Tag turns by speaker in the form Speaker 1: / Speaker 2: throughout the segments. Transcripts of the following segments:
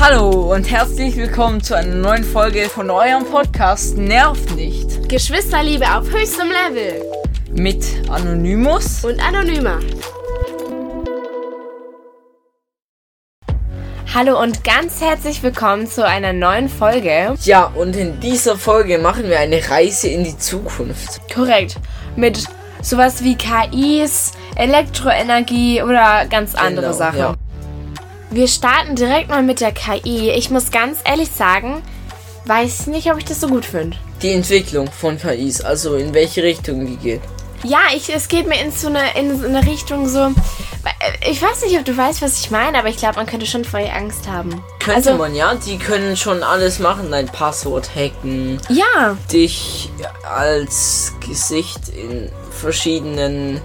Speaker 1: Hallo und herzlich willkommen zu einer neuen Folge von eurem Podcast Nerv nicht
Speaker 2: Geschwisterliebe auf höchstem Level
Speaker 1: mit Anonymous.
Speaker 2: und anonymer. Hallo und ganz herzlich willkommen zu einer neuen Folge.
Speaker 1: Ja, und in dieser Folge machen wir eine Reise in die Zukunft.
Speaker 2: Korrekt. Mit sowas wie KIs, Elektroenergie oder ganz andere
Speaker 1: Genau,
Speaker 2: Sachen.
Speaker 1: ja.
Speaker 2: Wir starten direkt mal mit der KI. Ich muss ganz ehrlich sagen, weiß nicht, ob ich das so gut finde.
Speaker 1: Die Entwicklung von KIs, also in welche Richtung die geht.
Speaker 2: Ja, ich, es geht mir in so eine, in so eine Richtung so. äh, Ich weiß nicht, ob du weißt, was ich meine, aber ich glaube, man könnte schon vor ihr Angst haben.
Speaker 1: Könnte
Speaker 2: also,
Speaker 1: man ja, die können schon alles machen, dein Passwort hacken,
Speaker 2: Ja,
Speaker 1: dich als Gesicht in verschiedenen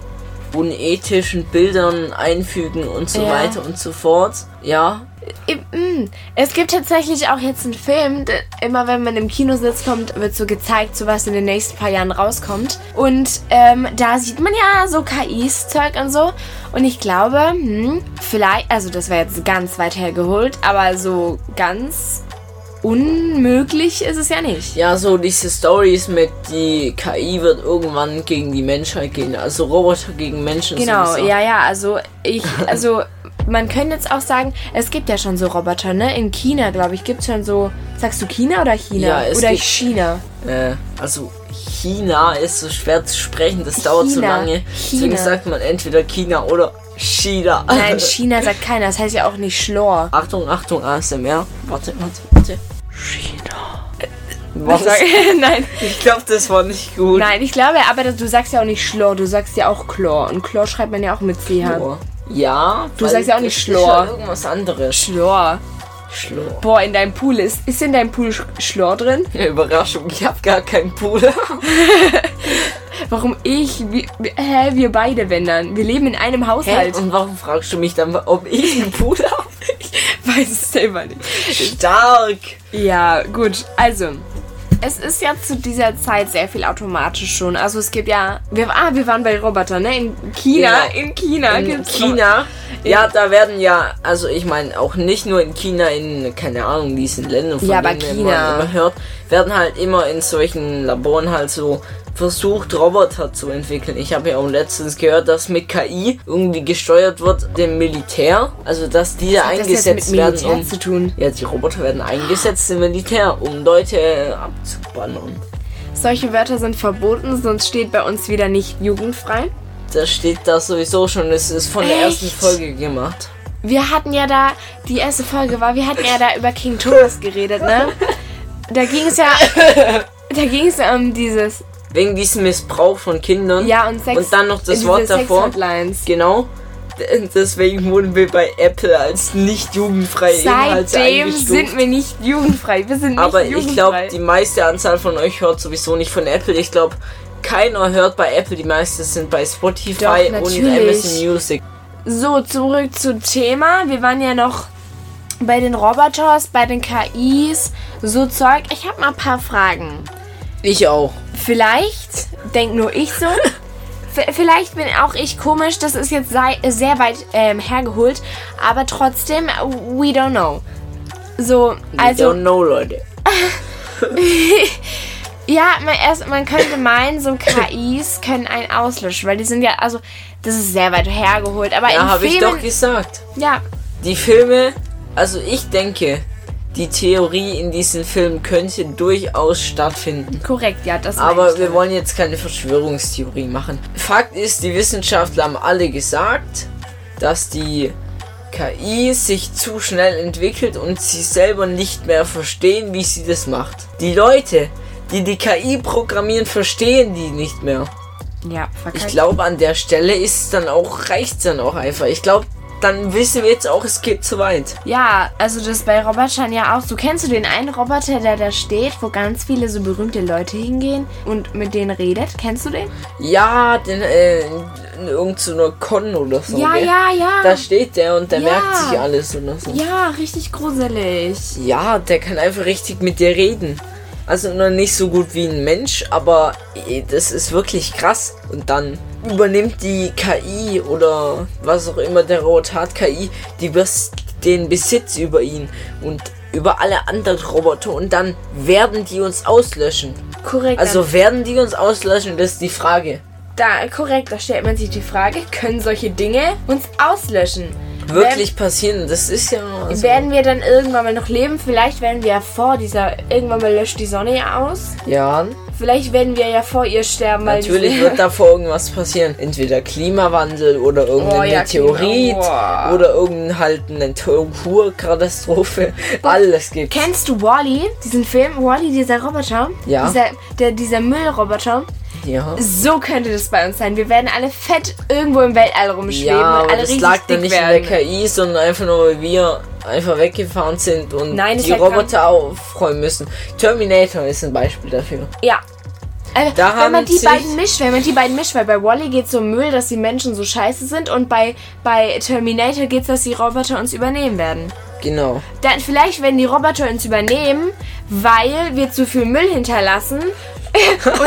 Speaker 1: unethischen Bildern einfügen und so
Speaker 2: Ja.
Speaker 1: weiter und so fort. Ja,
Speaker 2: i- mm. es gibt tatsächlich auch jetzt einen Film, d- immer wenn man im Kino sitzt, kommt, wird so gezeigt, so was in den nächsten paar Jahren rauskommt. Und ähm, da sieht man ja so KIs-Zeug und so. Und ich glaube, hm, vielleicht, also das wäre jetzt ganz weit hergeholt, aber so ganz unmöglich ist es ja nicht.
Speaker 1: Ja, so diese Stories mit die KI wird irgendwann gegen die Menschheit gehen, also Roboter gegen Menschen.
Speaker 2: Genau,
Speaker 1: sowieso.
Speaker 2: ja, ja, also ich, also man könnte jetzt auch sagen, es gibt ja schon so Roboter, ne? In China, glaube ich, gibt es schon so, sagst du China oder China?
Speaker 1: Ja, es
Speaker 2: oder
Speaker 1: gibt-
Speaker 2: China?
Speaker 1: Äh, also China ist so schwer zu sprechen, das dauert zu
Speaker 2: China,
Speaker 1: lange. Deswegen
Speaker 2: China.
Speaker 1: sagt man entweder China oder China.
Speaker 2: Nein, China sagt keiner, das heißt ja auch nicht Schlor.
Speaker 1: Achtung, Achtung, ASMR. Warte, warte, warte. China. Was?
Speaker 2: nein,
Speaker 1: Ich glaube, das war nicht gut.
Speaker 2: nein, ich glaube, aber das- du sagst ja auch nicht Schlor, du sagst ja auch Chlor. Und Chlor schreibt man ja auch mit CH.
Speaker 1: Schlor. Ja,
Speaker 2: Du
Speaker 1: weil
Speaker 2: sagst ja auch
Speaker 1: das
Speaker 2: nicht
Speaker 1: ist
Speaker 2: Schlor.
Speaker 1: ja Irgendwas anderes.
Speaker 2: Schlor.
Speaker 1: Schlor.
Speaker 2: Boah, in deinem Pool ist, ist in deinem Pool Sch- Schlor drin?
Speaker 1: Überraschung, ich habe gar keinen Puder.
Speaker 2: Warum ich, wie, wie- hä, wir beide, wenn dann? Wir leben in einem
Speaker 1: Hä?
Speaker 2: Haushalt.
Speaker 1: Und warum fragst du mich dann, ob ich einen Puder habe?
Speaker 2: Weiß es selber nicht.
Speaker 1: Stark!
Speaker 2: Ja, gut. Also, es ist ja zu dieser Zeit sehr viel automatisch schon. Also es gibt ja, wir, ah, wir waren bei Robotern, ne? In China,
Speaker 1: Genau.
Speaker 2: in China
Speaker 1: In
Speaker 2: gibt's
Speaker 1: China, ja, da werden ja, also ich meine, auch nicht nur in China, in, keine Ahnung, diesen Ländern, von
Speaker 2: Ja, aber
Speaker 1: denen man
Speaker 2: China.
Speaker 1: immer hört, werden halt immer in solchen Laboren halt so versucht, Roboter halt zu entwickeln. Ich habe ja auch letztens gehört, dass mit KI irgendwie gesteuert wird, dem Militär, also dass die da
Speaker 2: Hat das jetzt
Speaker 1: eingesetzt
Speaker 2: mit
Speaker 1: werden,
Speaker 2: Militär
Speaker 1: um...
Speaker 2: zu tun?
Speaker 1: Ja, die Roboter werden eingesetzt im Militär, um Leute abzuballern.
Speaker 2: Solche Wörter sind verboten, sonst steht bei uns wieder nicht jugendfrei.
Speaker 1: Das steht da sowieso schon, es ist von der ersten
Speaker 2: Echt?
Speaker 1: Folge gemacht.
Speaker 2: Wir hatten ja da, die erste Folge war, wir hatten ja da über King Thomas geredet, ne? Da ging es ja, da ging es ja um dieses,
Speaker 1: Wegen diesem Missbrauch von Kindern.
Speaker 2: ja und Sex.
Speaker 1: Und dann noch das
Speaker 2: diese
Speaker 1: Wort davor.
Speaker 2: Sex-Hotlines.
Speaker 1: Genau. D- Deswegen wurden wir bei Apple als nicht jugendfrei Inhalte
Speaker 2: Seitdem
Speaker 1: eingestuft.
Speaker 2: sind wir nicht jugendfrei. Wir sind nicht
Speaker 1: Aber
Speaker 2: jugendfrei.
Speaker 1: ich glaube, die meiste Anzahl von euch hört sowieso nicht von Apple. Ich glaube, keiner hört bei Apple. Die meisten sind bei Spotify
Speaker 2: Doch,
Speaker 1: und
Speaker 2: natürlich.
Speaker 1: Amazon Music.
Speaker 2: So, zurück zum Thema. Wir waren ja noch bei den Roboters, bei den KIs, so Zeug. Ich habe mal ein paar Fragen.
Speaker 1: Ich auch.
Speaker 2: Vielleicht, denk nur ich so. v- Vielleicht bin auch ich komisch, das ist jetzt sei, sehr weit ähm, hergeholt, aber trotzdem, we don't know. So,
Speaker 1: Also,
Speaker 2: also
Speaker 1: don't know, Leute.
Speaker 2: Ja, man, erst, man könnte meinen, so KIs können einen auslöschen, weil die sind ja, also, das ist sehr weit hergeholt. Aber
Speaker 1: Ja,
Speaker 2: in
Speaker 1: habe ich doch
Speaker 2: Filmen,
Speaker 1: gesagt.
Speaker 2: ja,
Speaker 1: Die Filme, also ich denke, die Theorie in diesen Filmen könnte durchaus stattfinden.
Speaker 2: korrekt, ja, das meine
Speaker 1: Aber
Speaker 2: ich
Speaker 1: wir
Speaker 2: damit.
Speaker 1: wollen jetzt keine Verschwörungstheorie machen. Fakt ist, die Wissenschaftler haben alle gesagt, dass die KI sich zu schnell entwickelt und sie selber nicht mehr verstehen, wie sie das macht. Die Leute, die die KI programmieren, verstehen die nicht mehr.
Speaker 2: Ja, verkackt.
Speaker 1: Ich glaube, an der Stelle ist es dann auch, reicht's dann auch einfach. Ich glaube, dann wissen wir jetzt auch, es geht zu weit.
Speaker 2: Ja, also das bei Robotern ja auch. So kennst du den einen Roboter, der da steht, wo ganz viele so berühmte Leute hingehen und mit denen redet? Kennst du den?
Speaker 1: Ja, den, äh, in irgendeiner Con oder so.
Speaker 2: ja,
Speaker 1: gell?
Speaker 2: ja, ja.
Speaker 1: Da steht der und der
Speaker 2: Ja.
Speaker 1: merkt sich alles oder so.
Speaker 2: ja, richtig gruselig.
Speaker 1: Ja, der kann einfach richtig mit dir reden. Also noch nicht so gut wie ein Mensch, aber eh, das ist wirklich krass. Und dann übernimmt die KI oder was auch immer der Roboter hat, KI, die bes- den Besitz über ihn und über alle anderen Roboter und dann werden die uns auslöschen.
Speaker 2: Korrekt.
Speaker 1: Also werden die uns auslöschen, das ist die Frage.
Speaker 2: da, korrekt, da stellt man sich die Frage, können solche Dinge uns auslöschen?
Speaker 1: Wirklich passieren, das ist ja... Also,
Speaker 2: Werden wir dann irgendwann mal noch leben? Vielleicht werden wir ja vor dieser. Irgendwann mal löscht die Sonne ja aus.
Speaker 1: ja,
Speaker 2: Vielleicht werden wir ja vor ihr sterben, weil
Speaker 1: natürlich
Speaker 2: die,
Speaker 1: wird davor irgendwas passieren. Entweder Klimawandel oder irgendein
Speaker 2: Oh ja,
Speaker 1: Meteorit
Speaker 2: Klima-
Speaker 1: oder irgendein halt eine Naturkatastrophe. Alles gibt.
Speaker 2: Kennst du Wally, diesen Film? Wally, dieser Roboter?
Speaker 1: Ja.
Speaker 2: Dieser, der, dieser Müllroboter.
Speaker 1: Ja.
Speaker 2: So könnte das bei uns sein. Wir werden alle fett irgendwo im Weltall rumschweben
Speaker 1: Ja,
Speaker 2: und
Speaker 1: aber
Speaker 2: alle
Speaker 1: das
Speaker 2: richtig
Speaker 1: lag dann
Speaker 2: dick
Speaker 1: nicht
Speaker 2: werden.
Speaker 1: in der KI, sondern einfach nur, weil wir einfach weggefahren sind und
Speaker 2: Nein, halt das
Speaker 1: die
Speaker 2: lag
Speaker 1: Roboter aufräumen müssen. Terminator ist ein Beispiel dafür.
Speaker 2: Ja. Äh,
Speaker 1: Da
Speaker 2: wenn man
Speaker 1: handelt
Speaker 2: die
Speaker 1: sich-
Speaker 2: beiden mischt, wenn man die beiden mischt, weil bei Wally geht es um Müll, dass die Menschen so scheiße sind und bei, bei Terminator geht es, dass die Roboter uns übernehmen werden.
Speaker 1: Genau.
Speaker 2: Dann vielleicht werden die Roboter uns übernehmen, weil wir zu viel Müll hinterlassen. und,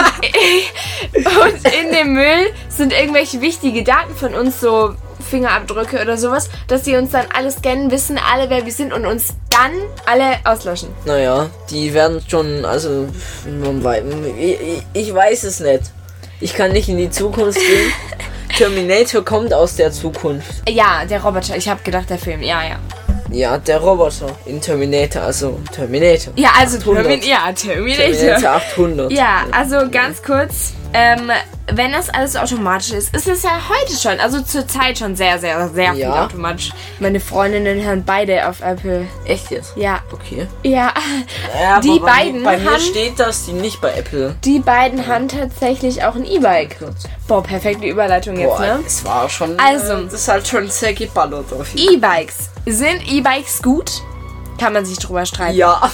Speaker 2: und in dem Müll sind irgendwelche wichtige Daten von uns, so Fingerabdrücke oder sowas, dass sie uns dann alle scannen, wissen alle, wer wir sind und uns dann alle auslöschen.
Speaker 1: Naja, die werden schon, also, man wei- ich, ich- ich weiß es nicht. Ich kann nicht in die Zukunft gehen. Terminator kommt aus der Zukunft.
Speaker 2: Ja, der Roboter. Ich habe gedacht, der Film. Ja, ja.
Speaker 1: Ja, der Roboter in Terminator, also Terminator.
Speaker 2: Ja, also
Speaker 1: 800.
Speaker 2: Termin, ja, Terminator.
Speaker 1: Terminator 800.
Speaker 2: Ja, also ganz kurz, ähm, wenn das alles automatisch ist, ist es ja heute schon, also zur Zeit schon sehr, sehr, sehr viel
Speaker 1: Ja.
Speaker 2: automatisch. Meine Freundinnen hören beide auf Apple.
Speaker 1: Echt jetzt?
Speaker 2: Ja.
Speaker 1: Okay.
Speaker 2: Ja,
Speaker 1: Ja,
Speaker 2: Die
Speaker 1: aber bei,
Speaker 2: beiden
Speaker 1: Bei mir
Speaker 2: haben-
Speaker 1: steht das, die nicht bei Apple.
Speaker 2: die beiden haben tatsächlich auch ein E-Bike. Boah, perfekte Überleitung jetzt,
Speaker 1: Boah,
Speaker 2: ne?
Speaker 1: es war schon.
Speaker 2: Also.
Speaker 1: äh, das hat schon sehr geballert auf jeden
Speaker 2: E-Bikes. Sind E-Bikes gut? Kann man sich drüber streiten.
Speaker 1: Ja.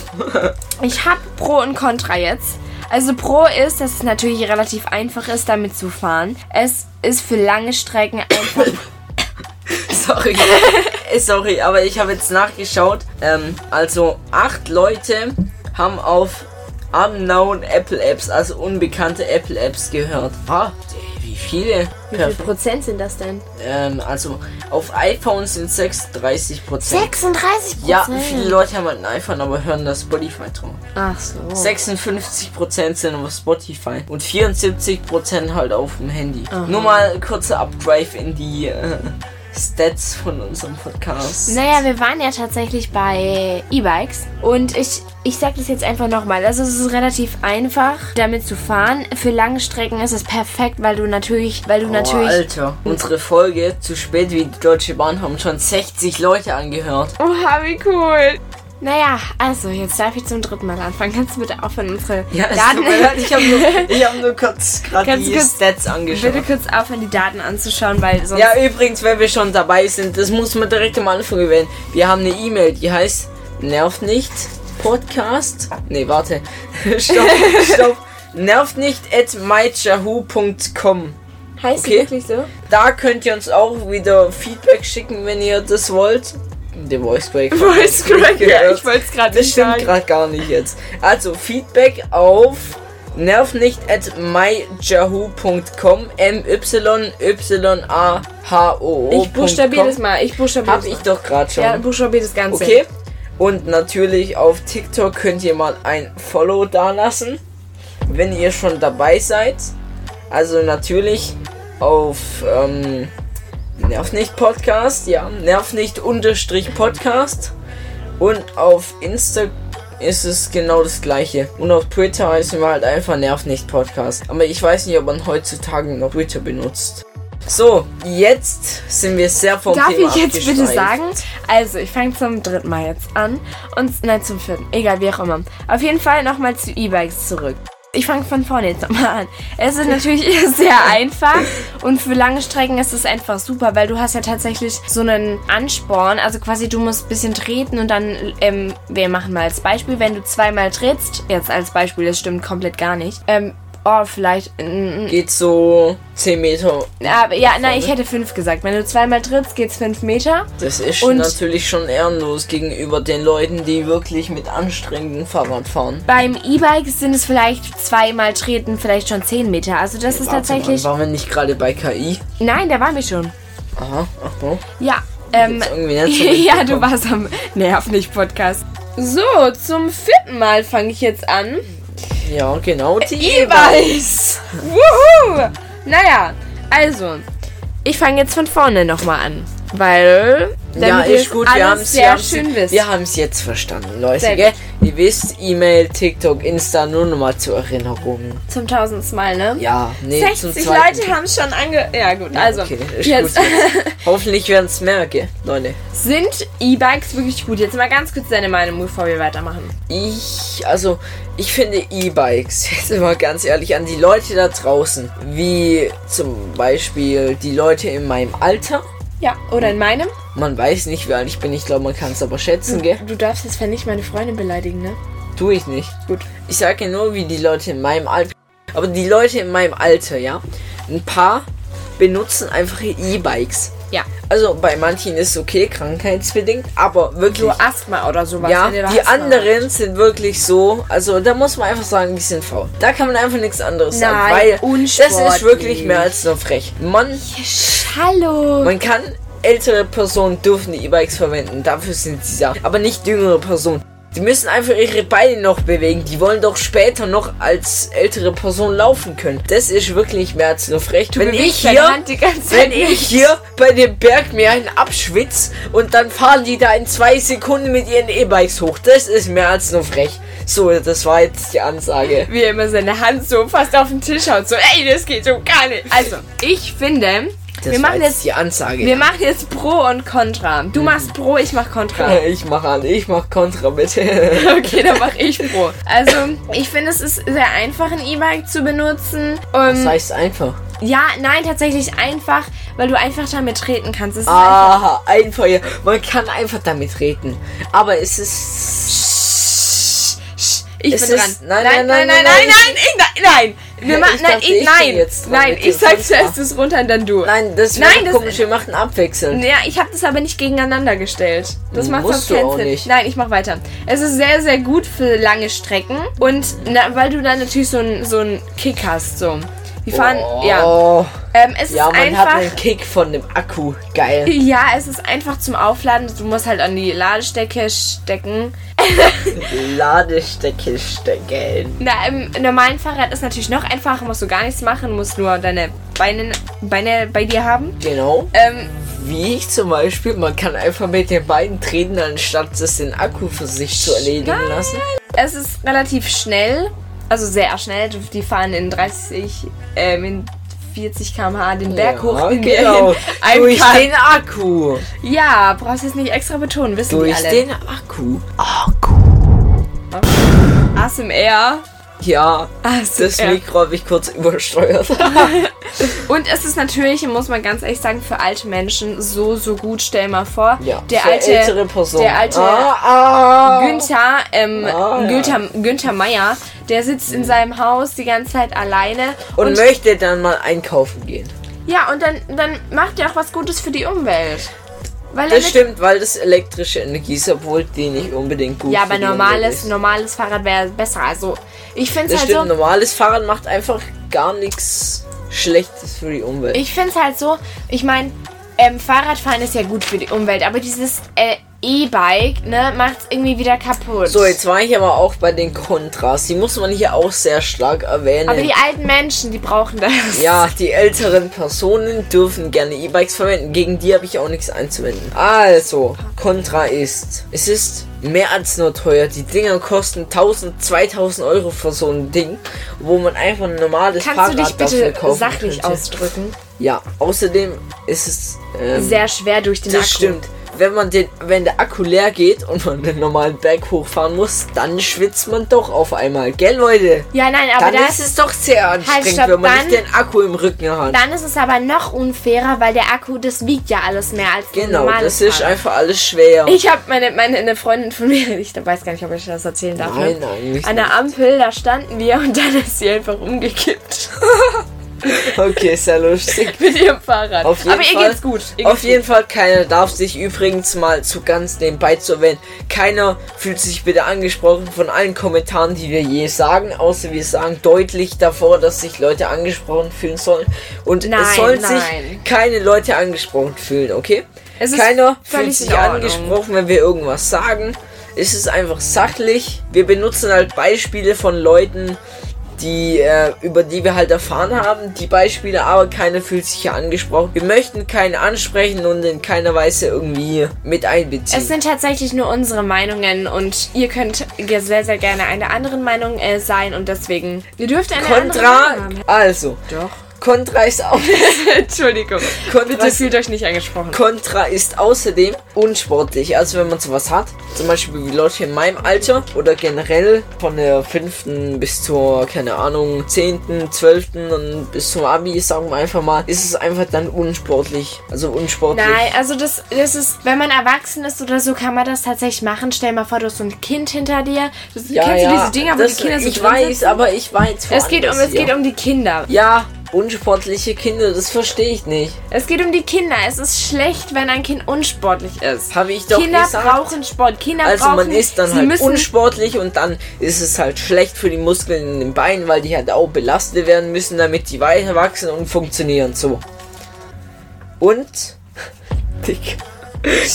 Speaker 2: Ich habe Pro und Contra jetzt. Also Pro ist, dass es natürlich relativ einfach ist, damit zu fahren. Es ist für lange Strecken einfach.
Speaker 1: Sorry. Äh, Sorry, aber ich habe jetzt nachgeschaut. Ähm, also acht Leute haben auf unknown Apple Apps, also unbekannte Apple Apps gehört. Ah, wie viele?
Speaker 2: Wie viel Prozent sind das denn?
Speaker 1: Ähm, also auf iPhones sind 36 Prozent.
Speaker 2: 36 Prozent.
Speaker 1: Ja, viele Leute haben halt ein iPhone, aber hören das Spotify drauf.
Speaker 2: Ach so.
Speaker 1: 56% sind auf Spotify und 74% halt auf dem Handy. Nur mal kurzer Updrive in die äh, Stats von unserem Podcast.
Speaker 2: Naja, wir waren ja tatsächlich bei E-Bikes und ich, ich sag das jetzt einfach nochmal. Also es ist relativ einfach, damit zu fahren. Für lange Strecken ist es perfekt, weil du natürlich, weil du
Speaker 1: Oh,
Speaker 2: natürlich.
Speaker 1: Alter, unsere Folge zu spät wie die Deutsche Bahn haben schon 60 Leute angehört.
Speaker 2: Oha, wie cool. Naja, also jetzt darf ich zum dritten Mal anfangen. Kannst du bitte aufhören, unsere
Speaker 1: es
Speaker 2: Daten.
Speaker 1: tut mir leid, ich habe nur, ich hab nur kurz gerade
Speaker 2: Ganz
Speaker 1: die
Speaker 2: kurz,
Speaker 1: Stats
Speaker 2: Bitte
Speaker 1: angeschaut.
Speaker 2: kurz aufhören, die Daten anzuschauen, weil sonst.
Speaker 1: Ja, übrigens, wenn wir schon dabei sind, das muss man direkt am Anfang erwähnen. Wir haben eine E-Mail, die heißt Nervt nicht Podcast. Nee, warte. stopp, stopp. Nervt nicht at myjahu.com.
Speaker 2: heißt
Speaker 1: okay.
Speaker 2: so?
Speaker 1: Da könnt ihr uns auch wieder Feedback schicken, wenn ihr das wollt. Der Voice Break.
Speaker 2: Voice Crack, ja, ich wollte es gerade
Speaker 1: Das
Speaker 2: nicht
Speaker 1: stimmt
Speaker 2: sagen.
Speaker 1: gerade gar nicht jetzt. Also Feedback auf nervt nicht at myjahu.com m y y a h o
Speaker 2: Ich buchstabiere das mal. Ich buchstabiere
Speaker 1: Oh Hab
Speaker 2: das
Speaker 1: ich
Speaker 2: mal.
Speaker 1: doch gerade schon.
Speaker 2: Ja, buchstabiere das Ganze.
Speaker 1: okay. Und natürlich auf TikTok könnt ihr mal ein Follow dalassen, wenn ihr schon dabei seid. Also natürlich auf ähm, Nerv nicht Podcast, ja, Nerv nicht unterstrich Podcast. Und auf Insta ist es genau das gleiche. Und auf Twitter heißen wir halt einfach Nerv nicht Podcast. Aber ich weiß nicht, ob man heutzutage noch Twitter benutzt. So, jetzt sind wir sehr vom
Speaker 2: Darf
Speaker 1: Thema
Speaker 2: ich jetzt bitte
Speaker 1: abgeschweift.
Speaker 2: sagen? Also, ich fange zum dritten Mal jetzt an. Und, nein, zum vierten. Egal, wie auch immer. Auf jeden Fall nochmal zu E-Bikes zurück. Ich fange von vorne jetzt nochmal an. Es ist natürlich sehr einfach und für lange Strecken ist es einfach super, weil du hast ja tatsächlich so einen Ansporn. Also quasi du musst ein bisschen treten und dann, ähm, wir machen mal als Beispiel, wenn du zweimal trittst, jetzt als Beispiel, das stimmt komplett gar nicht. Ähm, oh, vielleicht, mm,
Speaker 1: geht so 10 Meter.
Speaker 2: aber, ja, nein, ich hätte fünf gesagt. Wenn du zweimal trittst, geht's fünf Meter.
Speaker 1: Das ist
Speaker 2: Und-
Speaker 1: natürlich schon ehrenlos gegenüber den Leuten, die wirklich mit anstrengendem Fahrrad fahren.
Speaker 2: Beim E-Bike sind es vielleicht zweimal treten, vielleicht schon 10 Meter. Also das
Speaker 1: Warte
Speaker 2: ist
Speaker 1: mal,
Speaker 2: tatsächlich.
Speaker 1: Waren wir nicht gerade bei KI?
Speaker 2: Nein, da waren wir schon.
Speaker 1: Aha, aha.
Speaker 2: Ja, Ähm,
Speaker 1: Jetzt irgendwie nicht so
Speaker 2: ja,
Speaker 1: mitbekommen.
Speaker 2: du warst am Nerv nicht Podcast. So, zum vierten Mal fange ich jetzt an.
Speaker 1: Ja, genau.
Speaker 2: Äh,
Speaker 1: Die
Speaker 2: E-Bikes! Wuhu! Naja, also, ich fange jetzt von vorne nochmal an, weil damit
Speaker 1: ja,
Speaker 2: wir
Speaker 1: ist
Speaker 2: es
Speaker 1: gut.
Speaker 2: alles
Speaker 1: Wir haben es
Speaker 2: sehr schön wissen.
Speaker 1: Wir haben es jetzt verstanden, Leute.
Speaker 2: Sehr
Speaker 1: Gell? Ihr wisst, E-Mail, TikTok, Insta, nur nochmal zur Erinnerung.
Speaker 2: Zum tausendsten Mal, ne?
Speaker 1: Ja, nee, zum
Speaker 2: 60
Speaker 1: zweiten.
Speaker 2: Leute haben es schon ange... Ja gut, also
Speaker 1: okay, ist
Speaker 2: jetzt
Speaker 1: gut Hoffentlich werden es mehr, gell, Leute.
Speaker 2: sind E-Bikes wirklich gut. Jetzt mal ganz kurz deine Meinung, bevor wir weitermachen.
Speaker 1: Ich, also, ich finde E-Bikes, jetzt immer ganz ehrlich, an die Leute da draußen, wie zum Beispiel die Leute in meinem Alter.
Speaker 2: Ja, oder in meinem?
Speaker 1: Man weiß nicht, wie alt ich bin, ich glaube, man kann es aber schätzen, gell?
Speaker 2: Du darfst jetzt, wenn nicht, meine Freundin beleidigen, ne?
Speaker 1: Tue ich nicht.
Speaker 2: Gut.
Speaker 1: Ich sage nur, wie die Leute in meinem Alter. Aber die Leute in meinem Alter, ja. Ein paar benutzen einfach E-Bikes.
Speaker 2: Ja.
Speaker 1: Also bei manchen ist es okay, krankheitsbedingt, aber wirklich.
Speaker 2: So Asthma oder sowas.
Speaker 1: ja,
Speaker 2: wenn ihr da
Speaker 1: die
Speaker 2: Asthma
Speaker 1: anderen sind wirklich so. Also da muss man einfach sagen, die sind faul. Da kann man einfach nichts anderes sagen.
Speaker 2: Nein,
Speaker 1: Weil das ist
Speaker 2: unsportlich.
Speaker 1: wirklich mehr als nur frech. Man,
Speaker 2: habt. Hallo!
Speaker 1: man kann ältere Personen dürfen die E-Bikes verwenden. Dafür sind sie da. Aber nicht jüngere Personen. Die müssen einfach ihre Beine noch bewegen. Die wollen doch später noch als ältere Person laufen können. Das ist wirklich mehr als nur frech. Wenn ich
Speaker 2: bewegst deine
Speaker 1: hier
Speaker 2: Hand die ganze Zeit
Speaker 1: wenn ich
Speaker 2: nicht.
Speaker 1: hier bei dem Berg mir einen abschwitz und dann fahren die da in zwei Sekunden mit ihren E-Bikes hoch. Das ist mehr als nur frech. So, das war jetzt die Ansage.
Speaker 2: wie er immer seine Hand so fast auf den Tisch haut. So, ey, das geht so gar nicht. Also, ich finde,
Speaker 1: Das
Speaker 2: wir machen
Speaker 1: war
Speaker 2: jetzt.
Speaker 1: die Ansage.
Speaker 2: Wir machen jetzt Pro und Contra. Du
Speaker 1: Mhm.
Speaker 2: machst Pro, ich mach Contra.
Speaker 1: ich mach an, ich mach Kontra bitte.
Speaker 2: Okay, dann mach ich Pro. Also, ich finde, es ist sehr einfach, ein E-Bike zu benutzen.
Speaker 1: Das
Speaker 2: Ähm,
Speaker 1: heißt einfach.
Speaker 2: ja, nein, tatsächlich einfach, weil du einfach damit treten kannst. Es ist
Speaker 1: Aha, einfach. ja. Man kann einfach damit reden. Aber es ist.
Speaker 2: Ich
Speaker 1: Es
Speaker 2: bin
Speaker 1: ist-
Speaker 2: dran.
Speaker 1: nein, nein, nein,
Speaker 2: nein,
Speaker 1: nein,
Speaker 2: nein, nein, nein, nein, nein. Wir
Speaker 1: Ich
Speaker 2: machen, nein,
Speaker 1: dachte, ich
Speaker 2: ich,
Speaker 1: bin
Speaker 2: nein,
Speaker 1: jetzt dran
Speaker 2: nein,
Speaker 1: mit dem
Speaker 2: ich sag
Speaker 1: Contra.
Speaker 2: zuerst das runter und dann du.
Speaker 1: Nein, das wäre
Speaker 2: Nein, das-
Speaker 1: komisch. Wir machen abwechselnd.
Speaker 2: Ja, ich habe das aber nicht gegeneinander gestellt. Das macht
Speaker 1: Hm, Musst
Speaker 2: sonst
Speaker 1: du
Speaker 2: keinen
Speaker 1: auch
Speaker 2: Sinn.
Speaker 1: nicht.
Speaker 2: Nein, ich mach weiter. Es ist sehr, sehr gut für lange Strecken und na, weil du dann natürlich so einen so einen Kick hast. So. Die fahren, ja.
Speaker 1: Oh.
Speaker 2: Ähm, es
Speaker 1: Ja,
Speaker 2: ist
Speaker 1: man hat
Speaker 2: einfach.
Speaker 1: einen Kick von dem Akku. Geil.
Speaker 2: Ja, es ist einfach zum Aufladen. Du musst halt an die Ladestecke stecken.
Speaker 1: Ladestecke stecken.
Speaker 2: Na, im normalen Fahrrad ist natürlich noch einfacher, musst du gar nichts machen, musst nur deine Beine, Beine bei dir haben.
Speaker 1: Genau.
Speaker 2: Ähm,
Speaker 1: Wie ich zum Beispiel, man kann einfach mit den Beinen treten, anstatt es den Akku für sich zu erledigen lassen.
Speaker 2: es ist relativ schnell, also sehr schnell. Du- Die fahren in 30, ähm, in 40 km/h den Berg hoch. In
Speaker 1: genau.
Speaker 2: Ein
Speaker 1: Durch
Speaker 2: Ka-
Speaker 1: den Akku.
Speaker 2: ja, brauchst jetzt nicht extra betonen, wissen
Speaker 1: Durch
Speaker 2: die alle.
Speaker 1: den Akku. Akku.
Speaker 2: ASMR.
Speaker 1: Ja, das
Speaker 2: ASMR.
Speaker 1: Mikro habe ich kurz übersteuert.
Speaker 2: Und es ist natürlich, muss man ganz ehrlich sagen, für alte Menschen so, so gut. Stell mal vor,
Speaker 1: Ja,
Speaker 2: der
Speaker 1: für
Speaker 2: alte,
Speaker 1: ältere Person.
Speaker 2: der alte
Speaker 1: ah, ah.
Speaker 2: Günther, ähm,
Speaker 1: Ah, ja.
Speaker 2: Günther, Günther Meier, der sitzt in seinem Haus die ganze Zeit alleine.
Speaker 1: Und, möchte dann mal einkaufen gehen.
Speaker 2: ja, und dann, dann macht er auch was Gutes für die Umwelt. Weil er
Speaker 1: Das
Speaker 2: mit-
Speaker 1: stimmt, weil das elektrische Energie ist, obwohl die nicht unbedingt gut
Speaker 2: Ja,
Speaker 1: für
Speaker 2: aber
Speaker 1: die Umwelt
Speaker 2: normales,
Speaker 1: ist.
Speaker 2: normales Fahrrad wäre besser. Also, ich finde es
Speaker 1: Das
Speaker 2: halt
Speaker 1: stimmt,
Speaker 2: so.
Speaker 1: normales Fahrrad macht einfach gar nichts Schlechtes für die Umwelt.
Speaker 2: Ich finde es halt so. Ich meine, ähm, Fahrradfahren ist ja gut für die Umwelt, aber dieses äh, E-Bike, ne, macht es irgendwie wieder kaputt.
Speaker 1: so, jetzt war ich aber auch bei den Kontras. Die muss man hier auch sehr stark erwähnen.
Speaker 2: aber die alten Menschen, die brauchen das.
Speaker 1: ja, die älteren Personen dürfen gerne E-Bikes verwenden. Gegen die habe ich auch nichts einzuwenden. Also, Kontra ist, es ist mehr als nur teuer. Die Dinger kosten 1000, 2000 Euro für so ein Ding, wo man einfach ein normales
Speaker 2: Kannst
Speaker 1: Fahrrad
Speaker 2: du dich
Speaker 1: dafür
Speaker 2: bitte
Speaker 1: kaufen
Speaker 2: sachlich
Speaker 1: könnte.
Speaker 2: ausdrücken?
Speaker 1: Ja, außerdem ist es ähm,
Speaker 2: Sehr schwer durch den
Speaker 1: Das
Speaker 2: Akku.
Speaker 1: stimmt. Wenn man den, wenn der Akku leer geht und man den normalen Berg hochfahren muss, dann schwitzt man doch auf einmal, gell Leute?
Speaker 2: Ja, nein, aber
Speaker 1: dann
Speaker 2: da
Speaker 1: ist es doch sehr anstrengend,
Speaker 2: stopp,
Speaker 1: wenn man
Speaker 2: dann-
Speaker 1: nicht den Akku im Rücken hat.
Speaker 2: Dann ist es aber noch unfairer, weil der Akku, das wiegt ja alles mehr als ein
Speaker 1: Genau,
Speaker 2: normales
Speaker 1: das ist
Speaker 2: Fahrrad.
Speaker 1: einfach alles schwer.
Speaker 2: Ich habe meine, meine eine Freundin von mir, ich weiß gar nicht, ob ich das erzählen darf.
Speaker 1: Nein,
Speaker 2: ne?
Speaker 1: eigentlich
Speaker 2: An
Speaker 1: nicht.
Speaker 2: der Ampel, da standen wir und dann ist sie einfach umgekippt
Speaker 1: Okay, sehr lustig.
Speaker 2: mit ihrem Fahrrad.
Speaker 1: Auf jeden
Speaker 2: aber ihr
Speaker 1: Fall,
Speaker 2: geht's gut. Ihr
Speaker 1: auf
Speaker 2: geht's
Speaker 1: jeden Fall, keiner darf sich übrigens mal zu ganz nebenbei zu erwähnen. Keiner fühlt sich bitte angesprochen von allen Kommentaren, die wir je sagen, außer wir sagen deutlich davor, dass sich Leute angesprochen fühlen sollen. Und
Speaker 2: Nein,
Speaker 1: es sollen
Speaker 2: nein.
Speaker 1: sich keine Leute angesprochen fühlen, okay?
Speaker 2: Es ist
Speaker 1: Keiner
Speaker 2: völlig
Speaker 1: fühlt sich
Speaker 2: in Ordnung.
Speaker 1: angesprochen, wenn wir irgendwas sagen. Es ist einfach sachlich. Wir benutzen halt Beispiele von Leuten, die äh, über die wir halt erfahren haben, die Beispiele, aber keiner fühlt sich hier angesprochen. Wir möchten keinen ansprechen und in keiner Weise irgendwie mit einbeziehen.
Speaker 2: Es sind tatsächlich nur unsere Meinungen und ihr könnt ge- sehr, sehr gerne einer anderen Meinung äh, sein und deswegen, ihr dürft eine andere
Speaker 1: Contra,
Speaker 2: Meinung haben.
Speaker 1: also,
Speaker 2: Doch.
Speaker 1: Contra ist auch
Speaker 2: Entschuldigung.
Speaker 1: Contra
Speaker 2: Bitte
Speaker 1: ist
Speaker 2: fühlt euch nicht angesprochen.
Speaker 1: Contra ist außerdem unsportlich. Also wenn man sowas hat, zum Beispiel wie Leute in meinem Alter oder generell von der fünften bis zur, keine Ahnung, zehnten, zwölften und bis zum Abi, sagen wir einfach mal, ist es einfach dann unsportlich. Also unsportlich.
Speaker 2: Nein, also das, das ist, wenn man erwachsen ist oder so, kann man das tatsächlich machen. Stell mal vor, du hast so ein Kind hinter dir. Das, kennst du diese Dinger, wo
Speaker 1: das,
Speaker 2: die Kinder so
Speaker 1: Ich
Speaker 2: drin
Speaker 1: weiß,
Speaker 2: sitzen?
Speaker 1: aber ich war jetzt
Speaker 2: Es geht, um,
Speaker 1: woanders
Speaker 2: es geht
Speaker 1: hier.
Speaker 2: um die Kinder.
Speaker 1: Ja, unsportliche Kinder, das verstehe ich nicht.
Speaker 2: Es geht um die Kinder. Es ist schlecht, wenn ein Kind unsportlich ist.
Speaker 1: Habe ich doch
Speaker 2: Kinder
Speaker 1: gesagt.
Speaker 2: brauchen Sport. Kinder
Speaker 1: Also
Speaker 2: brauchen
Speaker 1: man ist dann
Speaker 2: sie
Speaker 1: halt
Speaker 2: müssen
Speaker 1: unsportlich und dann ist es halt schlecht für die Muskeln in den Beinen, weil die halt auch belastet werden müssen, damit die weiter wachsen und funktionieren so. Und dick.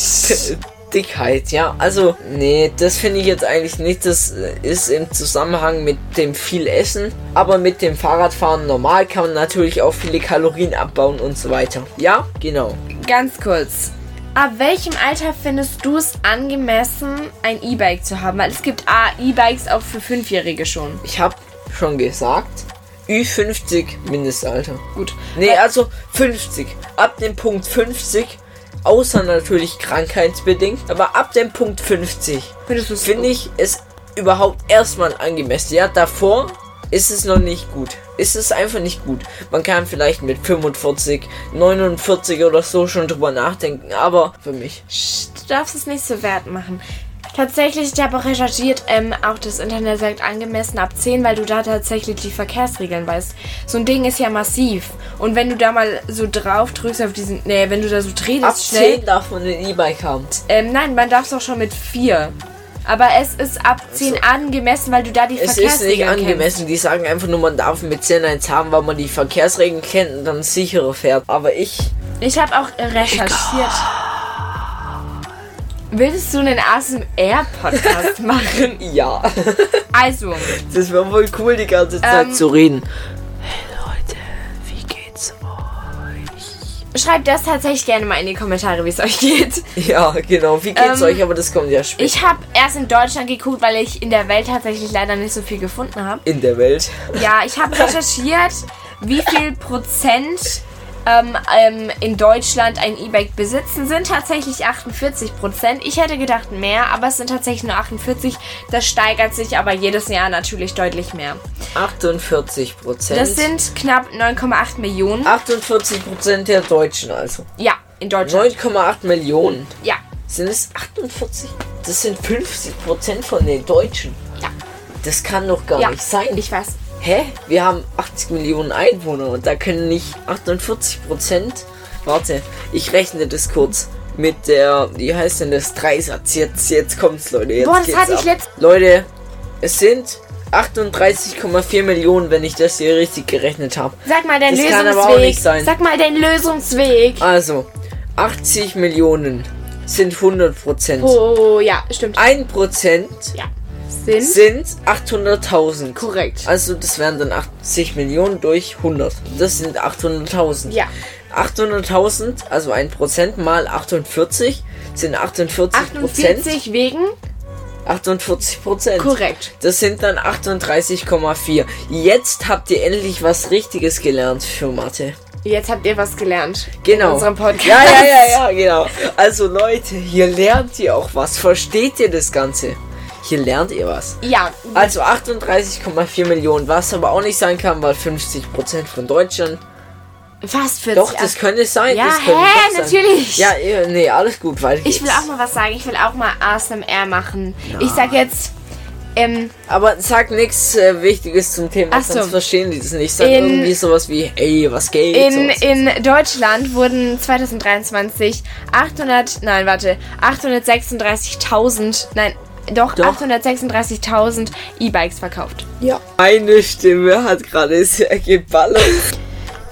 Speaker 1: Dickheit, ja. Also, nee, das finde ich jetzt eigentlich nicht. Das äh, ist im Zusammenhang mit dem viel Essen. Aber mit dem Fahrradfahren normal kann man natürlich auch viele Kalorien abbauen und so weiter. Ja, genau.
Speaker 2: Ganz kurz. Ab welchem Alter findest du es angemessen, ein E-Bike zu haben? Weil es gibt ah, E-Bikes auch für Fünfjährige schon.
Speaker 1: Ich habe schon gesagt, Ü50 Mindestalter.
Speaker 2: Gut.
Speaker 1: Nee, also 50. Ab dem Punkt 50, außer natürlich krankheitsbedingt, aber ab dem Punkt 50
Speaker 2: Findest du es
Speaker 1: finde
Speaker 2: gut?
Speaker 1: ich es überhaupt erstmal angemessen. Ja, davor ist es noch nicht gut. Ist es einfach nicht gut. Man kann vielleicht mit 45, 49 oder so schon drüber nachdenken, aber für mich.
Speaker 2: Psst, Du darfst es nicht so wert machen. Tatsächlich, ich habe auch recherchiert, ähm, auch das Internet sagt angemessen ab 10, weil du da tatsächlich die Verkehrsregeln weißt. So ein Ding ist ja massiv. Und wenn du da mal so drauf drückst auf diesen. Nee, wenn du da so drehst,
Speaker 1: Ab
Speaker 2: schnell.
Speaker 1: 10 darf man ein E-Bike haben.
Speaker 2: Ähm, nein, man darf es auch schon mit 4. Aber es ist ab 10 angemessen, weil du da die
Speaker 1: Es
Speaker 2: Verkehrsregeln
Speaker 1: ist nicht
Speaker 2: kennst.
Speaker 1: angemessen. Die sagen einfach nur, man darf mit 10 eins haben, weil man die Verkehrsregeln kennt und dann sicherer fährt. Aber ich
Speaker 2: Ich habe auch recherchiert. Willst du einen ASMR-Podcast machen?
Speaker 1: Ja,
Speaker 2: Also,
Speaker 1: das wäre wohl cool, die ganze Zeit
Speaker 2: Ähm.
Speaker 1: zu reden. Hey Leute, wie geht's
Speaker 2: schreibt das tatsächlich gerne mal in die Kommentare, wie es euch geht.
Speaker 1: euch? Ja, genau, wie geht's
Speaker 2: Ähm,
Speaker 1: euch? Aber das kommt ja später.
Speaker 2: Ich habe erst in Deutschland geguckt, weil ich in der Welt tatsächlich leider nicht so viel gefunden habe.
Speaker 1: In der Welt.
Speaker 2: Ja, ich habe recherchiert, wie viel Prozent ähm, ähm, in Deutschland ein E-Bike besitzen. Sind tatsächlich 48 Prozent. Ich hätte gedacht mehr, aber es sind tatsächlich nur 48. Das steigert sich aber jedes Jahr natürlich deutlich mehr.
Speaker 1: 48 Prozent.
Speaker 2: Das sind knapp 9,8 Millionen.
Speaker 1: Ah. 48 Prozent der Deutschen also.
Speaker 2: Ja, in Deutschland.
Speaker 1: 9,8 Millionen.
Speaker 2: Ja.
Speaker 1: Sind es 48? Das sind 50 Prozent von den Deutschen.
Speaker 2: Ja.
Speaker 1: Das kann doch gar
Speaker 2: Ja,
Speaker 1: nicht sein.
Speaker 2: ich weiß.
Speaker 1: Hä? Wir haben 80 Millionen Einwohner und da können nicht 48 Prozent. Warte, ich rechne das kurz mit der. Wie heißt denn das? Dreisatz. Jetzt, jetzt kommt's, Leute. Jetzt
Speaker 2: Boah, das
Speaker 1: geht's
Speaker 2: hatte ich
Speaker 1: ab.
Speaker 2: letzt-
Speaker 1: Leute, es sind 38,4 Millionen, wenn ich das hier richtig gerechnet habe.
Speaker 2: Sag mal deinen
Speaker 1: Das kann
Speaker 2: Lösungsweg.
Speaker 1: aber auch nicht sein.
Speaker 2: Sag mal deinen Lösungsweg.
Speaker 1: Also, 80 Millionen sind 100 Prozent.
Speaker 2: Oh, ja, stimmt.
Speaker 1: 1 Prozent
Speaker 2: Ja. Sind.
Speaker 1: Ah. sind 800.000.
Speaker 2: Korrekt.
Speaker 1: Also das wären dann 80 Millionen durch 100. Das sind 800.000.
Speaker 2: Ja.
Speaker 1: 800.000, also 1% mal 48 sind 48 Prozent.
Speaker 2: 48 wegen.
Speaker 1: 48 Prozent.
Speaker 2: Korrekt.
Speaker 1: Das sind dann 38,4. Jetzt habt ihr endlich was Richtiges gelernt für Mathe.
Speaker 2: Jetzt habt ihr was gelernt. In
Speaker 1: Genau.
Speaker 2: unserem Podcast.
Speaker 1: Ja, ja, ja, ja, genau. Also Leute, hier lernt ihr auch was. Versteht ihr das Ganze? Hier lernt ihr was.
Speaker 2: Ja,
Speaker 1: Also 38,4 Millionen, was aber auch nicht sein kann, weil 50% von Deutschland.
Speaker 2: fast 40.
Speaker 1: Doch, das könnte es sein.
Speaker 2: Ja,
Speaker 1: das könnte
Speaker 2: hä,
Speaker 1: doch sein.
Speaker 2: natürlich.
Speaker 1: Ja, eh, nee, alles gut, weiter
Speaker 2: Ich
Speaker 1: geht's.
Speaker 2: will auch mal was sagen. Ich will auch mal ASMR machen. Ich sag jetzt, ähm,
Speaker 1: Aber sag nichts äh, Wichtiges zum Thema,
Speaker 2: Ach so.
Speaker 1: sonst verstehen die das nicht. Sag
Speaker 2: In-
Speaker 1: irgendwie sowas wie, ey, was geht?
Speaker 2: in,
Speaker 1: sowas.
Speaker 2: in Deutschland wurden 2023 800, nein, warte, 836.000, nein, doch,
Speaker 1: Doch.
Speaker 2: 836.000 E-Bikes verkauft.
Speaker 1: ja. Meine Stimme hat gerade sehr geballert.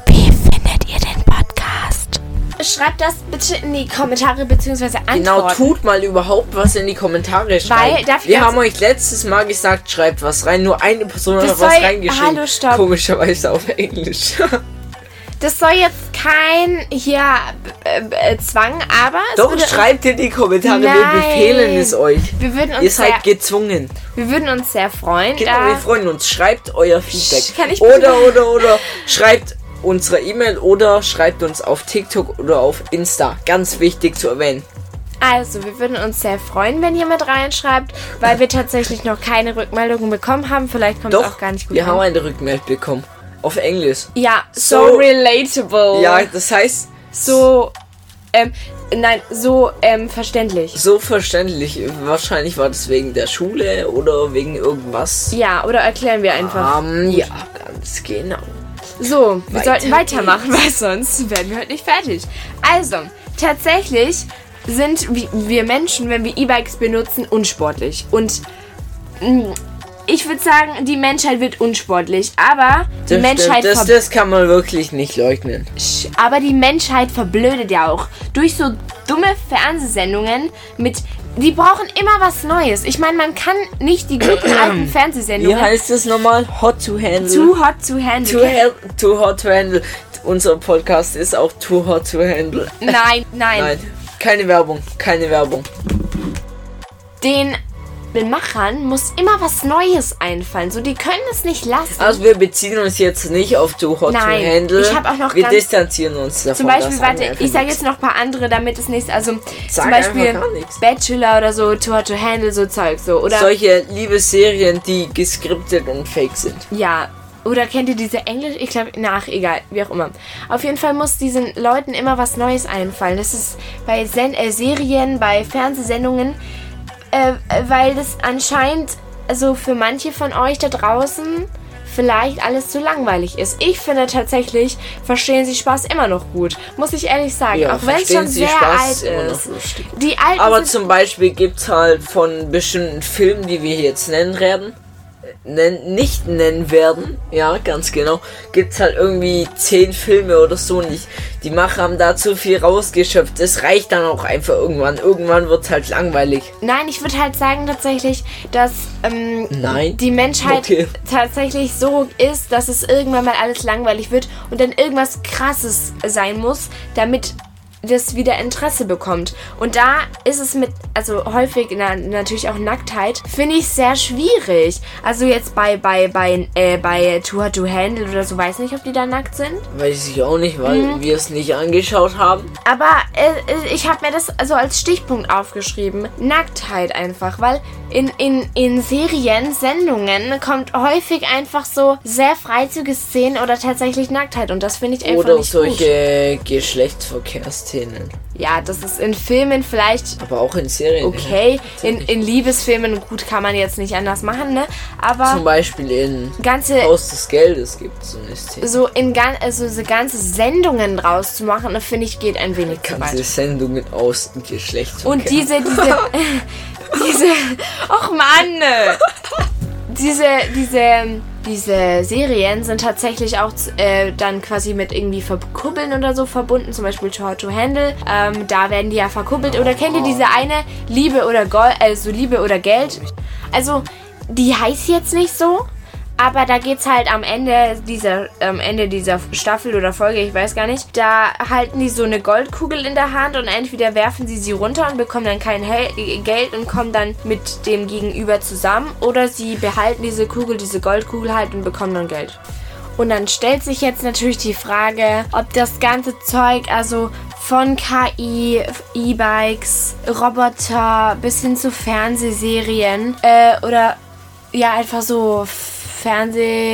Speaker 2: Wie findet ihr den Podcast? schreibt das bitte in die Kommentare bzw. Antworten.
Speaker 1: Genau, tut mal überhaupt was in die Kommentare schreiben.
Speaker 2: darf ich
Speaker 1: Wir
Speaker 2: ganz-
Speaker 1: haben euch letztes Mal gesagt, schreibt was rein. Nur eine Person
Speaker 2: Das
Speaker 1: hat was
Speaker 2: soll-
Speaker 1: reingeschrieben.
Speaker 2: Hallo, stopp.
Speaker 1: Komischerweise auf Englisch.
Speaker 2: Das soll jetzt kein hier äh, äh, Zwang, aber es
Speaker 1: Doch,
Speaker 2: würde uns-
Speaker 1: schreibt in die Kommentare. Wir
Speaker 2: Nein.
Speaker 1: befehlen es euch.
Speaker 2: wir würden uns
Speaker 1: Ihr seid
Speaker 2: sehr,
Speaker 1: gezwungen.
Speaker 2: wir würden uns sehr freuen.
Speaker 1: Genau,
Speaker 2: da-
Speaker 1: wir freuen uns. Schreibt euer Feedback.
Speaker 2: Sch- kann ich
Speaker 1: oder,
Speaker 2: bitte-
Speaker 1: oder, oder. Schreibt unsere E-Mail oder schreibt uns auf TikTok oder auf Insta. Ganz wichtig zu erwähnen.
Speaker 2: Also, wir würden uns sehr freuen, wenn jemand reinschreibt, weil wir tatsächlich noch keine Rückmeldungen bekommen haben. Vielleicht kommt es
Speaker 1: Doch,
Speaker 2: auch gar nicht gut
Speaker 1: wir haben
Speaker 2: an.
Speaker 1: eine Rückmeldung bekommen. Auf Englisch.
Speaker 2: Ja, so,
Speaker 1: So-
Speaker 2: relatable.
Speaker 1: Ja, das heißt,
Speaker 2: So, ähm, nein, so, ähm, verständlich.
Speaker 1: so verständlich. Wahrscheinlich war das wegen der Schule oder wegen irgendwas.
Speaker 2: Ja, oder erklären wir einfach.
Speaker 1: Ähm, ja, ganz genau.
Speaker 2: So, wir
Speaker 1: Weiter
Speaker 2: sollten weitermachen, weil sonst werden wir heute nicht fertig. Also, tatsächlich sind wi- wir Menschen, wenn wir E-Bikes benutzen, unsportlich. Und mm, ich würde sagen, die Menschheit wird unsportlich, aber die
Speaker 1: Das,
Speaker 2: Menschheit
Speaker 1: stimmt, das,
Speaker 2: ver-
Speaker 1: das kann man wirklich nicht leugnen.
Speaker 2: Sch- aber die Menschheit verblödet ja auch durch so dumme Fernsehsendungen mit die brauchen immer was Neues. Ich meine, man kann nicht die guten alten
Speaker 1: Wie
Speaker 2: Fernsehsendungen
Speaker 1: heißt es nochmal? Hot to handle.
Speaker 2: too hot to handle.
Speaker 1: halt. Too hell, too hot to handle. Unser Podcast ist auch too hot to handle.
Speaker 2: nein, nein.
Speaker 1: Nein, keine Werbung, keine Werbung.
Speaker 2: den den Machern muss immer was Neues einfallen. So, die können es nicht lassen.
Speaker 1: Also wir beziehen uns jetzt nicht auf Too Hot
Speaker 2: Nein,
Speaker 1: to Handle.
Speaker 2: ich hab auch noch
Speaker 1: wir
Speaker 2: ganz-
Speaker 1: distanzieren uns davon.
Speaker 2: zum Beispiel,
Speaker 1: das sagen wir
Speaker 2: warte,
Speaker 1: einfach
Speaker 2: ich sage
Speaker 1: nicht.
Speaker 2: jetzt noch ein paar andere, damit es nicht, also
Speaker 1: Sag
Speaker 2: zum
Speaker 1: einfach
Speaker 2: Beispiel
Speaker 1: gar nichts.
Speaker 2: Bachelor oder so, Too Hot to Handle, so Zeug, so, oder?
Speaker 1: solche liebe Serien, die geskriptet und fake sind.
Speaker 2: Ja. Oder kennt ihr diese Englisch? Ich glaube, nach, egal, wie auch immer. Auf jeden Fall muss diesen Leuten immer was Neues einfallen. Das ist bei Sen äh, Serien, bei Fernsehsendungen, äh, äh, weil das anscheinend, also für manche von euch da draußen, vielleicht alles zu langweilig ist. Ich finde tatsächlich, verstehen sie Spaß immer noch gut. Muss ich ehrlich sagen.
Speaker 1: Ja,
Speaker 2: auch wenn es
Speaker 1: verstehen
Speaker 2: schon
Speaker 1: Sie
Speaker 2: sehr
Speaker 1: Spaß
Speaker 2: alt
Speaker 1: ist immer noch
Speaker 2: ist.
Speaker 1: lustig.
Speaker 2: Die alten
Speaker 1: Aber
Speaker 2: sind,
Speaker 1: zum Beispiel gibt's halt von bestimmten Filmen, die wir jetzt nennen werden, äh, nennen, nicht nennen werden, ja, ganz genau, gibt's halt irgendwie zehn Filme oder so nicht. Die Macher haben da zu viel rausgeschöpft. Das reicht dann auch einfach irgendwann. Irgendwann wird's halt langweilig.
Speaker 2: Nein, ich würde halt sagen tatsächlich, dass ähm,
Speaker 1: Nein.
Speaker 2: die Menschheit
Speaker 1: Okay.
Speaker 2: tatsächlich so ist, dass es irgendwann mal alles langweilig wird und dann irgendwas Krasses sein muss, damit das wieder Interesse bekommt. Und da ist es mit, also häufig na, natürlich auch Nacktheit, finde ich sehr schwierig. Also jetzt bei, bei, bei, äh, bei Too Hot to Handle oder so, weiß nicht, ob die da nackt sind.
Speaker 1: Weiß ich auch nicht, weil
Speaker 2: Mhm.
Speaker 1: wir es nicht angeschaut haben.
Speaker 2: Aber äh, äh, ich habe mir das also als Stichpunkt aufgeschrieben. Nacktheit einfach, weil in, in, in Serien, Sendungen kommt häufig einfach so sehr freizügige Szenen oder tatsächlich Nacktheit und das finde ich einfach
Speaker 1: Oder
Speaker 2: nicht gut.
Speaker 1: solche Geschlechtsverkehrsszenen.
Speaker 2: Ja, das ist in Filmen vielleicht
Speaker 1: Aber auch in Serien.
Speaker 2: okay. In, in Liebesfilmen, gut, kann man jetzt nicht anders machen, ne?
Speaker 1: Zum
Speaker 2: Aber
Speaker 1: Beispiel in
Speaker 2: ganze
Speaker 1: Haus des Geldes gibt's so eine Szene.
Speaker 2: so in gan also so ganze Sendungen draus zu machen, ne, finde ich geht ein wenig zu weit.
Speaker 1: ganze Sendungen aus dem Geschlecht.
Speaker 2: Und diese, diese, diese, och Mann, äh, diese, diese, diese Serien sind tatsächlich auch äh, dann quasi mit irgendwie verkuppeln oder so verbunden, zum Beispiel Too Hot to Handle, ähm, da werden die ja verkuppelt. Oder kennt ihr diese eine Liebe oder Gold, also Liebe oder Geld? Also, die heißt jetzt nicht so, aber da geht's halt am Ende dieser, am Ende dieser Staffel oder Folge, ich weiß gar nicht, da halten die so eine Goldkugel in der Hand und entweder werfen sie sie runter und bekommen dann kein Hel äh, Geld und kommen dann mit dem Gegenüber zusammen oder sie behalten diese Kugel, diese Goldkugel halt und bekommen dann Geld. Und dann stellt sich jetzt natürlich die Frage, ob das ganze Zeug, also von KI, E-Bikes, Roboter bis hin zu Fernsehserien äh, oder ja einfach so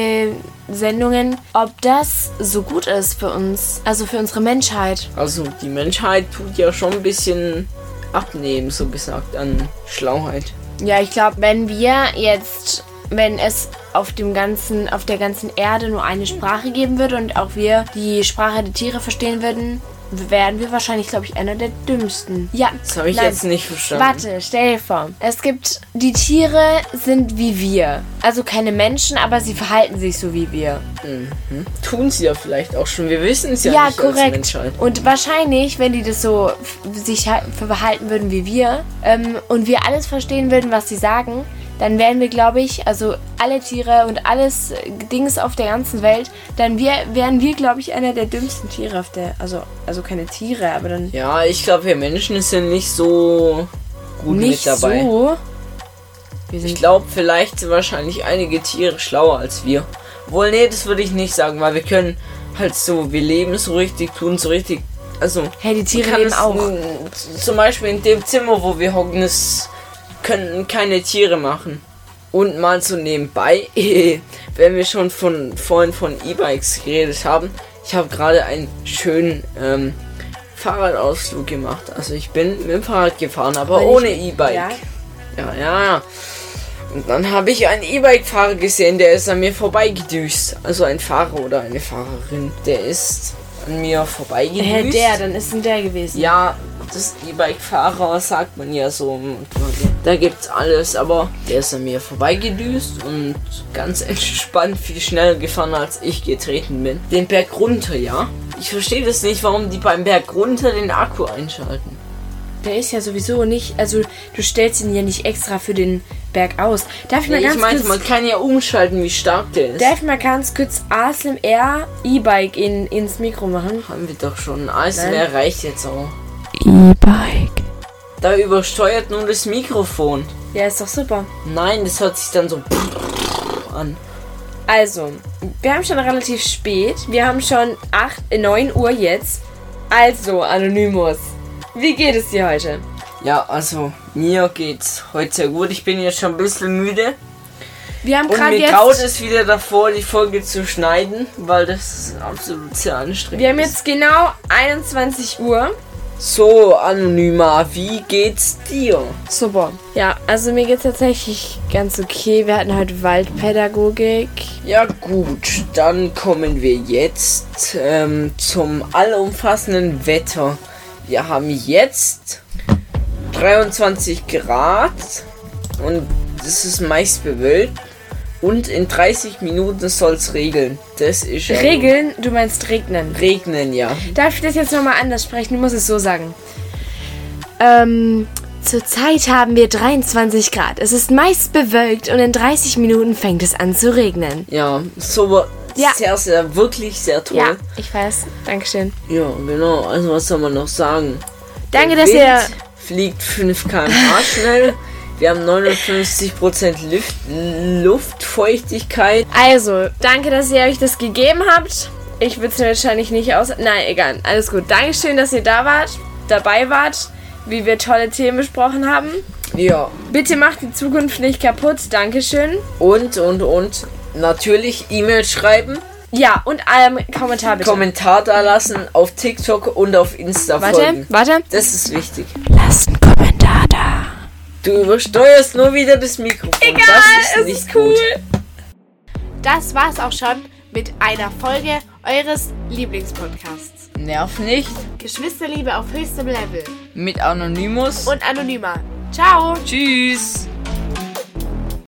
Speaker 2: Fernsehsendungen, ob das so gut ist für uns, also für unsere Menschheit.
Speaker 1: also die Menschheit tut ja schon ein bisschen abnehmen, so gesagt, an Schlauheit.
Speaker 2: Ja, ich glaube, wenn wir jetzt, wenn es auf dem ganzen, auf der ganzen Erde nur eine Sprache geben würde und auch wir die Sprache der Tiere verstehen würden, wären wir wahrscheinlich, glaube ich, einer der dümmsten. Ja,
Speaker 1: Das habe ich
Speaker 2: nein.
Speaker 1: jetzt nicht verstanden.
Speaker 2: Warte, stell dir vor, es gibt, die Tiere sind wie wir. Also keine Menschen, aber sie verhalten sich so wie wir.
Speaker 1: Tun sie ja vielleicht auch schon. Wir wissen es ja,
Speaker 2: Ja,
Speaker 1: nicht als
Speaker 2: korrekt.
Speaker 1: Menschheit.
Speaker 2: Und wahrscheinlich, wenn die das so f- sich ha- verhalten würden wie wir ähm, und wir alles verstehen würden, was sie sagen, dann wären wir, glaube ich, also alle Tiere und alles äh, Dings auf der ganzen Welt, dann wir, wären wir, glaube ich, einer der dümmsten Tiere auf der, also also keine Tiere, aber dann
Speaker 1: Ja, ich glaube, wir Menschen sind nicht so gut
Speaker 2: nicht
Speaker 1: mit dabei.
Speaker 2: so. Wir
Speaker 1: Ich
Speaker 2: sind
Speaker 1: glaube, vielleicht sind wahrscheinlich einige Tiere schlauer als wir. Wohl, nee, das würde ich nicht sagen, weil wir können halt so, wir leben so richtig, tun so richtig. Also,
Speaker 2: Hey, die Tiere
Speaker 1: man kann
Speaker 2: leben
Speaker 1: es,
Speaker 2: auch.
Speaker 1: n- z- Zum Beispiel in dem Zimmer, wo wir hocken, das könnten keine Tiere machen. Und mal so nebenbei, wenn wir schon von vorhin von E-Bikes geredet haben, ich habe gerade einen schönen ähm, Fahrradausflug gemacht. Also ich bin mit dem Fahrrad gefahren, aber
Speaker 2: Weil ich-
Speaker 1: ohne E-Bike.
Speaker 2: Ja.
Speaker 1: Ja, ja, ja. Und dann habe ich einen E-Bike-Fahrer gesehen, der ist an mir vorbeigedüst. Also ein Fahrer oder eine Fahrerin, der ist an mir vorbeigedüst.
Speaker 2: Hä, der, dann ist ein der gewesen.
Speaker 1: Ja, das E-Bike-Fahrer sagt man ja so. Und Da gibt's alles, aber der ist an mir vorbeigedüst und ganz entspannt viel schneller gefahren, als ich getreten bin. Den Berg runter, ja. Ich verstehe das nicht, warum die beim Berg runter den Akku einschalten.
Speaker 2: Der ist ja sowieso nicht, also du stellst ihn ja nicht extra für den Berg aus. Darf ich mal
Speaker 1: Nee,
Speaker 2: ganz
Speaker 1: ich meinte,
Speaker 2: kurz,
Speaker 1: man kann ja umschalten, wie stark der ist.
Speaker 2: darf ich mal ganz kurz ASMR E-Bike in, ins Mikro machen?
Speaker 1: Haben wir doch schon. Alles
Speaker 2: Nein.
Speaker 1: mehr reicht jetzt auch.
Speaker 2: E-Bike.
Speaker 1: Da übersteuert nun das Mikrofon.
Speaker 2: Ja, ist doch super.
Speaker 1: Nein, das hört sich dann so an.
Speaker 2: Also, wir haben schon relativ spät. Wir haben schon 8, äh, 9 Uhr jetzt. Also, Anonymous, wie geht es dir heute?
Speaker 1: Ja, also mir geht's heute sehr gut. Ich bin jetzt schon ein bisschen müde.
Speaker 2: Wir haben
Speaker 1: Und
Speaker 2: gerade
Speaker 1: mir graut
Speaker 2: jetzt...
Speaker 1: es wieder davor, die Folge zu schneiden, weil das absolut sehr anstrengend
Speaker 2: Wir haben jetzt genau 21 Uhr.
Speaker 1: ist. So, Anonyma, wie geht's dir?
Speaker 2: Super. Ja, also mir geht's tatsächlich ganz okay. Wir hatten heute Waldpädagogik.
Speaker 1: Ja gut, dann kommen wir jetzt ähm, zum allumfassenden Wetter. Wir haben jetzt 23 Grad und es ist meist bewölkt. Und in 30 Minuten soll's regeln. Das ist ja
Speaker 2: Regeln, du meinst regnen.
Speaker 1: Regnen, ja.
Speaker 2: Darf ich das jetzt nochmal anders sprechen? Du musst es so sagen. Ähm, zurzeit haben wir 23 Grad. Es ist meist bewölkt und in 30 Minuten fängt es an zu regnen.
Speaker 1: Ja, super.
Speaker 2: Ja.
Speaker 1: Sehr, sehr, wirklich sehr
Speaker 2: Ja,
Speaker 1: toll.
Speaker 2: ich weiß. Dankeschön.
Speaker 1: Ja. genau. Also was soll man noch sagen?
Speaker 2: Danke,
Speaker 1: Der
Speaker 2: dass ihr.
Speaker 1: Wind fliegt 5 km/h schnell. Wir haben 59% Luft Luftfeuchtigkeit.
Speaker 2: Also, danke, dass ihr euch das gegeben habt. Ich würde es mir wahrscheinlich nicht aus. Nein, egal. Alles gut. Dankeschön, dass ihr da wart, dabei wart, wie wir tolle Themen besprochen haben.
Speaker 1: Ja.
Speaker 2: Bitte macht die Zukunft nicht kaputt. Dankeschön.
Speaker 1: Und, und, und. Natürlich E-Mail schreiben,
Speaker 2: Ja, und ähm, Kommentar bitte.
Speaker 1: Kommentar da lassen auf TikTok und auf Insta
Speaker 2: warte,
Speaker 1: folgen.
Speaker 2: warte.
Speaker 1: Das ist wichtig.
Speaker 2: Lasst einen Kommentar da.
Speaker 1: Du übersteuerst nur wieder das Mikrofon. Egal, das ist
Speaker 2: es
Speaker 1: nicht
Speaker 2: ist cool.
Speaker 1: gut.
Speaker 3: Das war's auch schon mit einer Folge eures Lieblingspodcasts.
Speaker 1: Nerv nicht
Speaker 3: Geschwisterliebe auf höchstem Level
Speaker 1: mit Anonymous.
Speaker 3: und anonymer. Ciao!
Speaker 1: Tschüss.